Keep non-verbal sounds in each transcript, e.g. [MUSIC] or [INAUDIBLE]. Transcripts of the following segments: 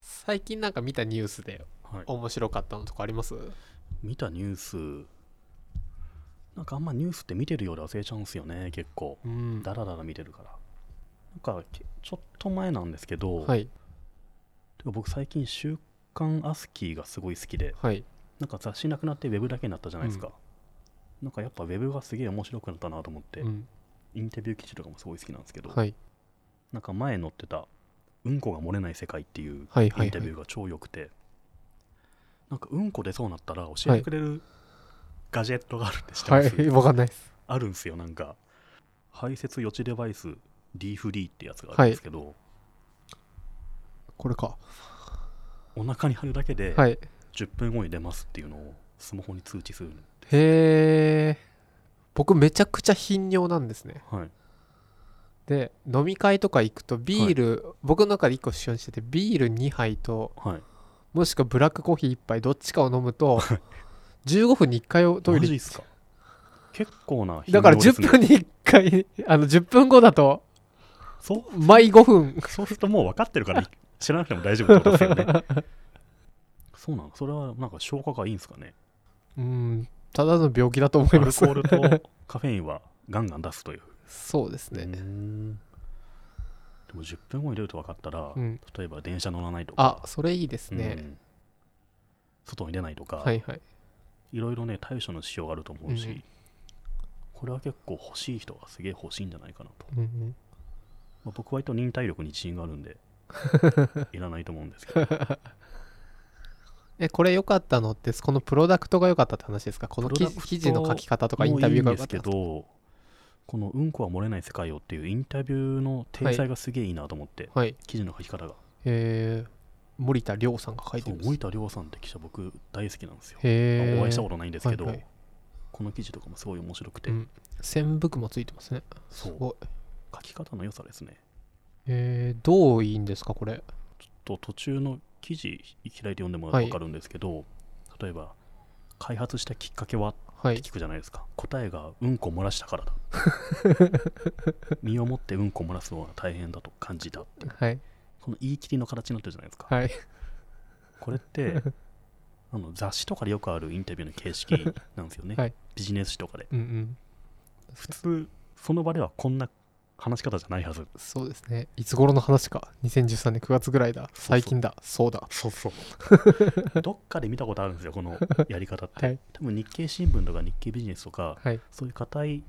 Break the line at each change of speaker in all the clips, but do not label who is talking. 最近なんか見たニュースで
はい、
面白かったのとかあります
見たニュースなんかあんまニュースって見てるようで忘れちゃうんすよね結構
うん
ダラダラ見てるからなんかけちょっと前なんですけど、
はい
てか僕最近「週刊アスキー」がすごい好きで
はい
なんか雑誌なくなってウェブだけになったじゃないですか、なんかやっぱウェブがすげえ面白くなったなと思って、
うん
インタビュー記事とかもすごい好きなんですけど、
はい
なんか前載ってた「うんこが漏れない世界」っていう
はい
イ
はい
ン
は
タビュ
い
ーが超良くて、なんかうんこ出そうになったら教えてくれるガジェットがあるって知って
は
ます、
い [LAUGHS] わかんないです
あるんすよなんか排泄予知デバイス D フリーってやつがあるんですけど、
これか
お腹に貼るだけで
はい
10分後に出ますっていうのをスマホに通知するの
へえ僕めちゃくちゃ頻尿なんですね
はい
で飲み会とか行くとビール、僕の中で1個主張しててビール2杯と
はい
もしくはブラックコーヒー1杯どっちかを飲む
[LAUGHS]
と15分に1回をトイレ行
マジ
っ
っすか結構な頻
だから
尿ですね
10分に1回あの10分後だと
そう
毎5分
そうするともう分かってるから知らなくても大丈夫ってことです
[LAUGHS]
よねそうなのそれはなんか消化がいいんですかね
うんただの病気だと思
ア
い
ルコ
ます
ールとカフェインはガンガン出すという。
そうです [LAUGHS] ね、
うーんでも10分後に出ると分かったら、
うん、
例えば電車乗らないとか、
あそれいいです
う
ね、
ん外に出ないとか、、
はいいはい
ろいろね、対処の仕様があると思うし、
うん
これは結構欲しい人はすげえ欲しいんじゃないかなと。
うんうん
まあ、僕は割と忍耐力に自信がある
[LAUGHS]
んで、いらないと思うんですけど、
えこれ良かったのってこのプロダクトが良かったって話ですかこの
プロ
記
ダクト
記事の書き方とかイ
も
ン
う
タビューが
いいん
良
で
かっ
す
たんですか
けど、このうんこは漏れない世界よっていうインタビューの体裁がすげえいいなと思って、
はい
記事の書き方が。
えー、森田亮さんが書いて
そう
るんです
森田亮さんって記者、僕大好きなんですよ。
へえ
お会いしたことないんですけど、
はいはい
この記事とかもすごい面白くて、
うん線部区もついてますね
そう
すごい
書き方の良さですね
えー、どういいんですかこれ
と途中の記事開いて読んでもらうと分かるんですけど、例えば開発したきっかけはっ
は
て
い
聞くじゃないですか、答えがうんこ漏らしたから
[LAUGHS]
だ身をもってうんこ漏らすのは大変だと感じた
はい
この言い切りの形になってるじゃないですか
はい
これって [LAUGHS] あの雑誌とかでよくあるインタビューの形式なんですよね、
はい
ビジネス誌とかで
うんうん
普通その場ではこんな話し方じゃないはず
そうですねいつ頃の話か2013年9月ぐらいだ
そう
最近だそうだ
そうそう。 [LAUGHS] どっかで見たことあるんですよ、このやり方って。
はい
多分日経新聞とか日経ビジネスとか、
はい
そういう硬い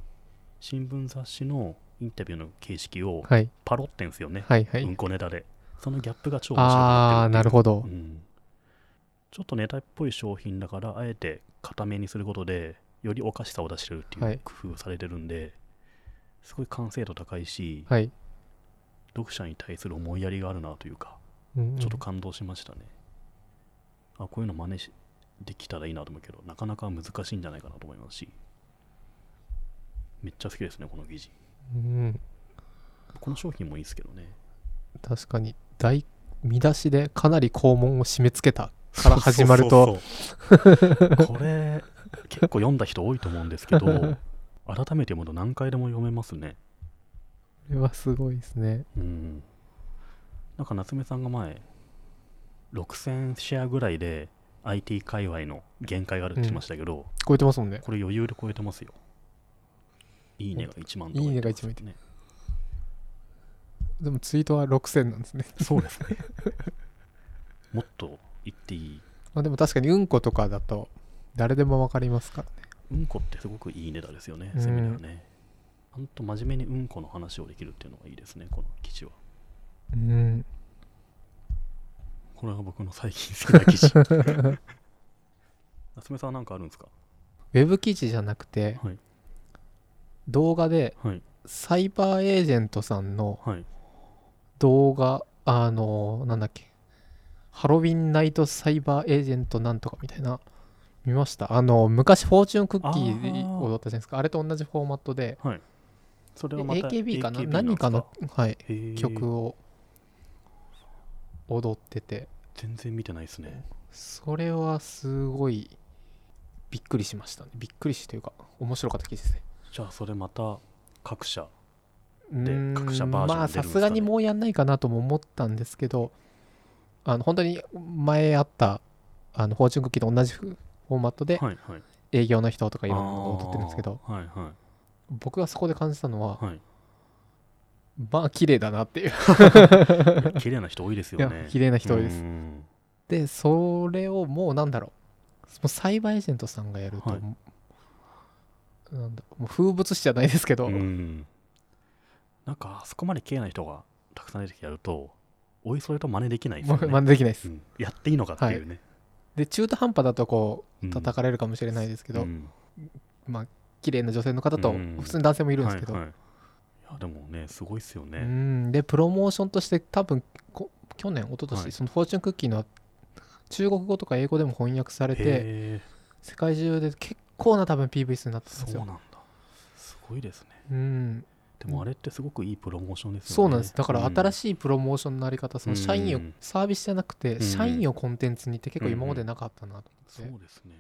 新聞雑誌のインタビューの形式を
はい
パロってんすよね、
はいはい、
うんこネタで。そのギャップが超面白く
あ
な
あ
って
なるほど、
るうんちょっとネタっぽい商品だから、あえて固めにすることで、よりおかしさを出してるってい
は
う
い
工夫されてるんで、すごい完成度高いし、
はい、
読者に対する思いやりがあるなというか。
うんうん
ちょっと感動しましたね。あこういうの真似しできたらいいなと思うけど、なかなか難しいんじゃないかなと思いますし、めっちゃ好きですね、この記事。
うん
この商品もいいですけどね。
確かに大見出しでかなり肛門を締め付けたから始まると
そうそう [LAUGHS] そう。これ、結構読んだ人多いと思うんですけど、改めて読むと何回でも読めますね。
これはすごいですね
うん。なんか夏目さんが前、6000シェアぐらいで IT 界隈の限界があるって言ってましたけど、
超えてますもんね
これ余裕で超えてますよ。いいねが1万
いいねが1万
ね。
でもツイートは6000なん [LAUGHS] ですね
そうですね。もっと言っていい。
まあでも確かにうんことかだと誰でも分かりますからね
うんこってすごくいいネタですよね、
うん
セミナーね。ほんと真面目にうんこの話をできるっていうのがいいですね、この記事は。
うん
これが僕の最近好きな記事。夏目さんは何 [LAUGHS] かあるんですか
ウェブ記事じゃなくて
はい。
動画で
はい。
サイバーエージェントさんの
はい。
動画あのなんだっけハロウィンナイトサイバーエージェントなんとかみたいな見ましたあの昔フォーチュンクッキー
あー
踊ったじゃないですかあれと同じフォーマットで
はい。それはまた
AKB かな
AKB
何かの、はい、
へー
曲を踊ってて
全然見てないですね。
それはすごいびっくりしましたねびっくりしというか面白かった記事ですね
じゃあそれまた各社。
うーん
各社バージョン
まあ
出るんですかね
さすがにもうやんないかなとも思ったんですけどあの本当に前あったあのフォーチュンクッキーと同じフォーマットで
はいはい。
営業の人とかいろんなことを撮ってるんですけど
あー。はいは。
僕がそこで感じたのはい
はい
まあ綺麗だなっていう
いや、綺麗な人多いですよ
いや
ね。
綺麗な人多いです
うーん
でそれをもうなんだろうもう栽培エージェントさんがやると、
はい
なんだもう風物詩じゃないですけど、
うんなんかあそこまで綺麗な人がたくさん出てきてやるとおいそれと真似できないです
も
よ
う
ね、
真似できないです、
うんやっていいのかっていうね、
で中途半端だとこ
うん
う叩かれるかもしれないですけど、
うん
綺麗な女性の方と
うん
普通に男性もいるんですけど、
はいはい、いやでもねすごいっすよ
う
ね、
んでプロモーションとして多分こ去年一昨年、
はい
その「フォーチュンクッキー」の中国語とか英語でも翻訳されて
へえ
世界中で結構な多分 PV 数になってたんで
そ
す
うな
よ
んだすごいですね
うん
でもあれってすごくいいプロモーションですよね
そうなんですだから新
い、
しいプロモーションのあり方、その社員を、
うん
サービスじゃなくて、
うん
社員をコンテンツにって結構今までなかったなと思って、
そうですね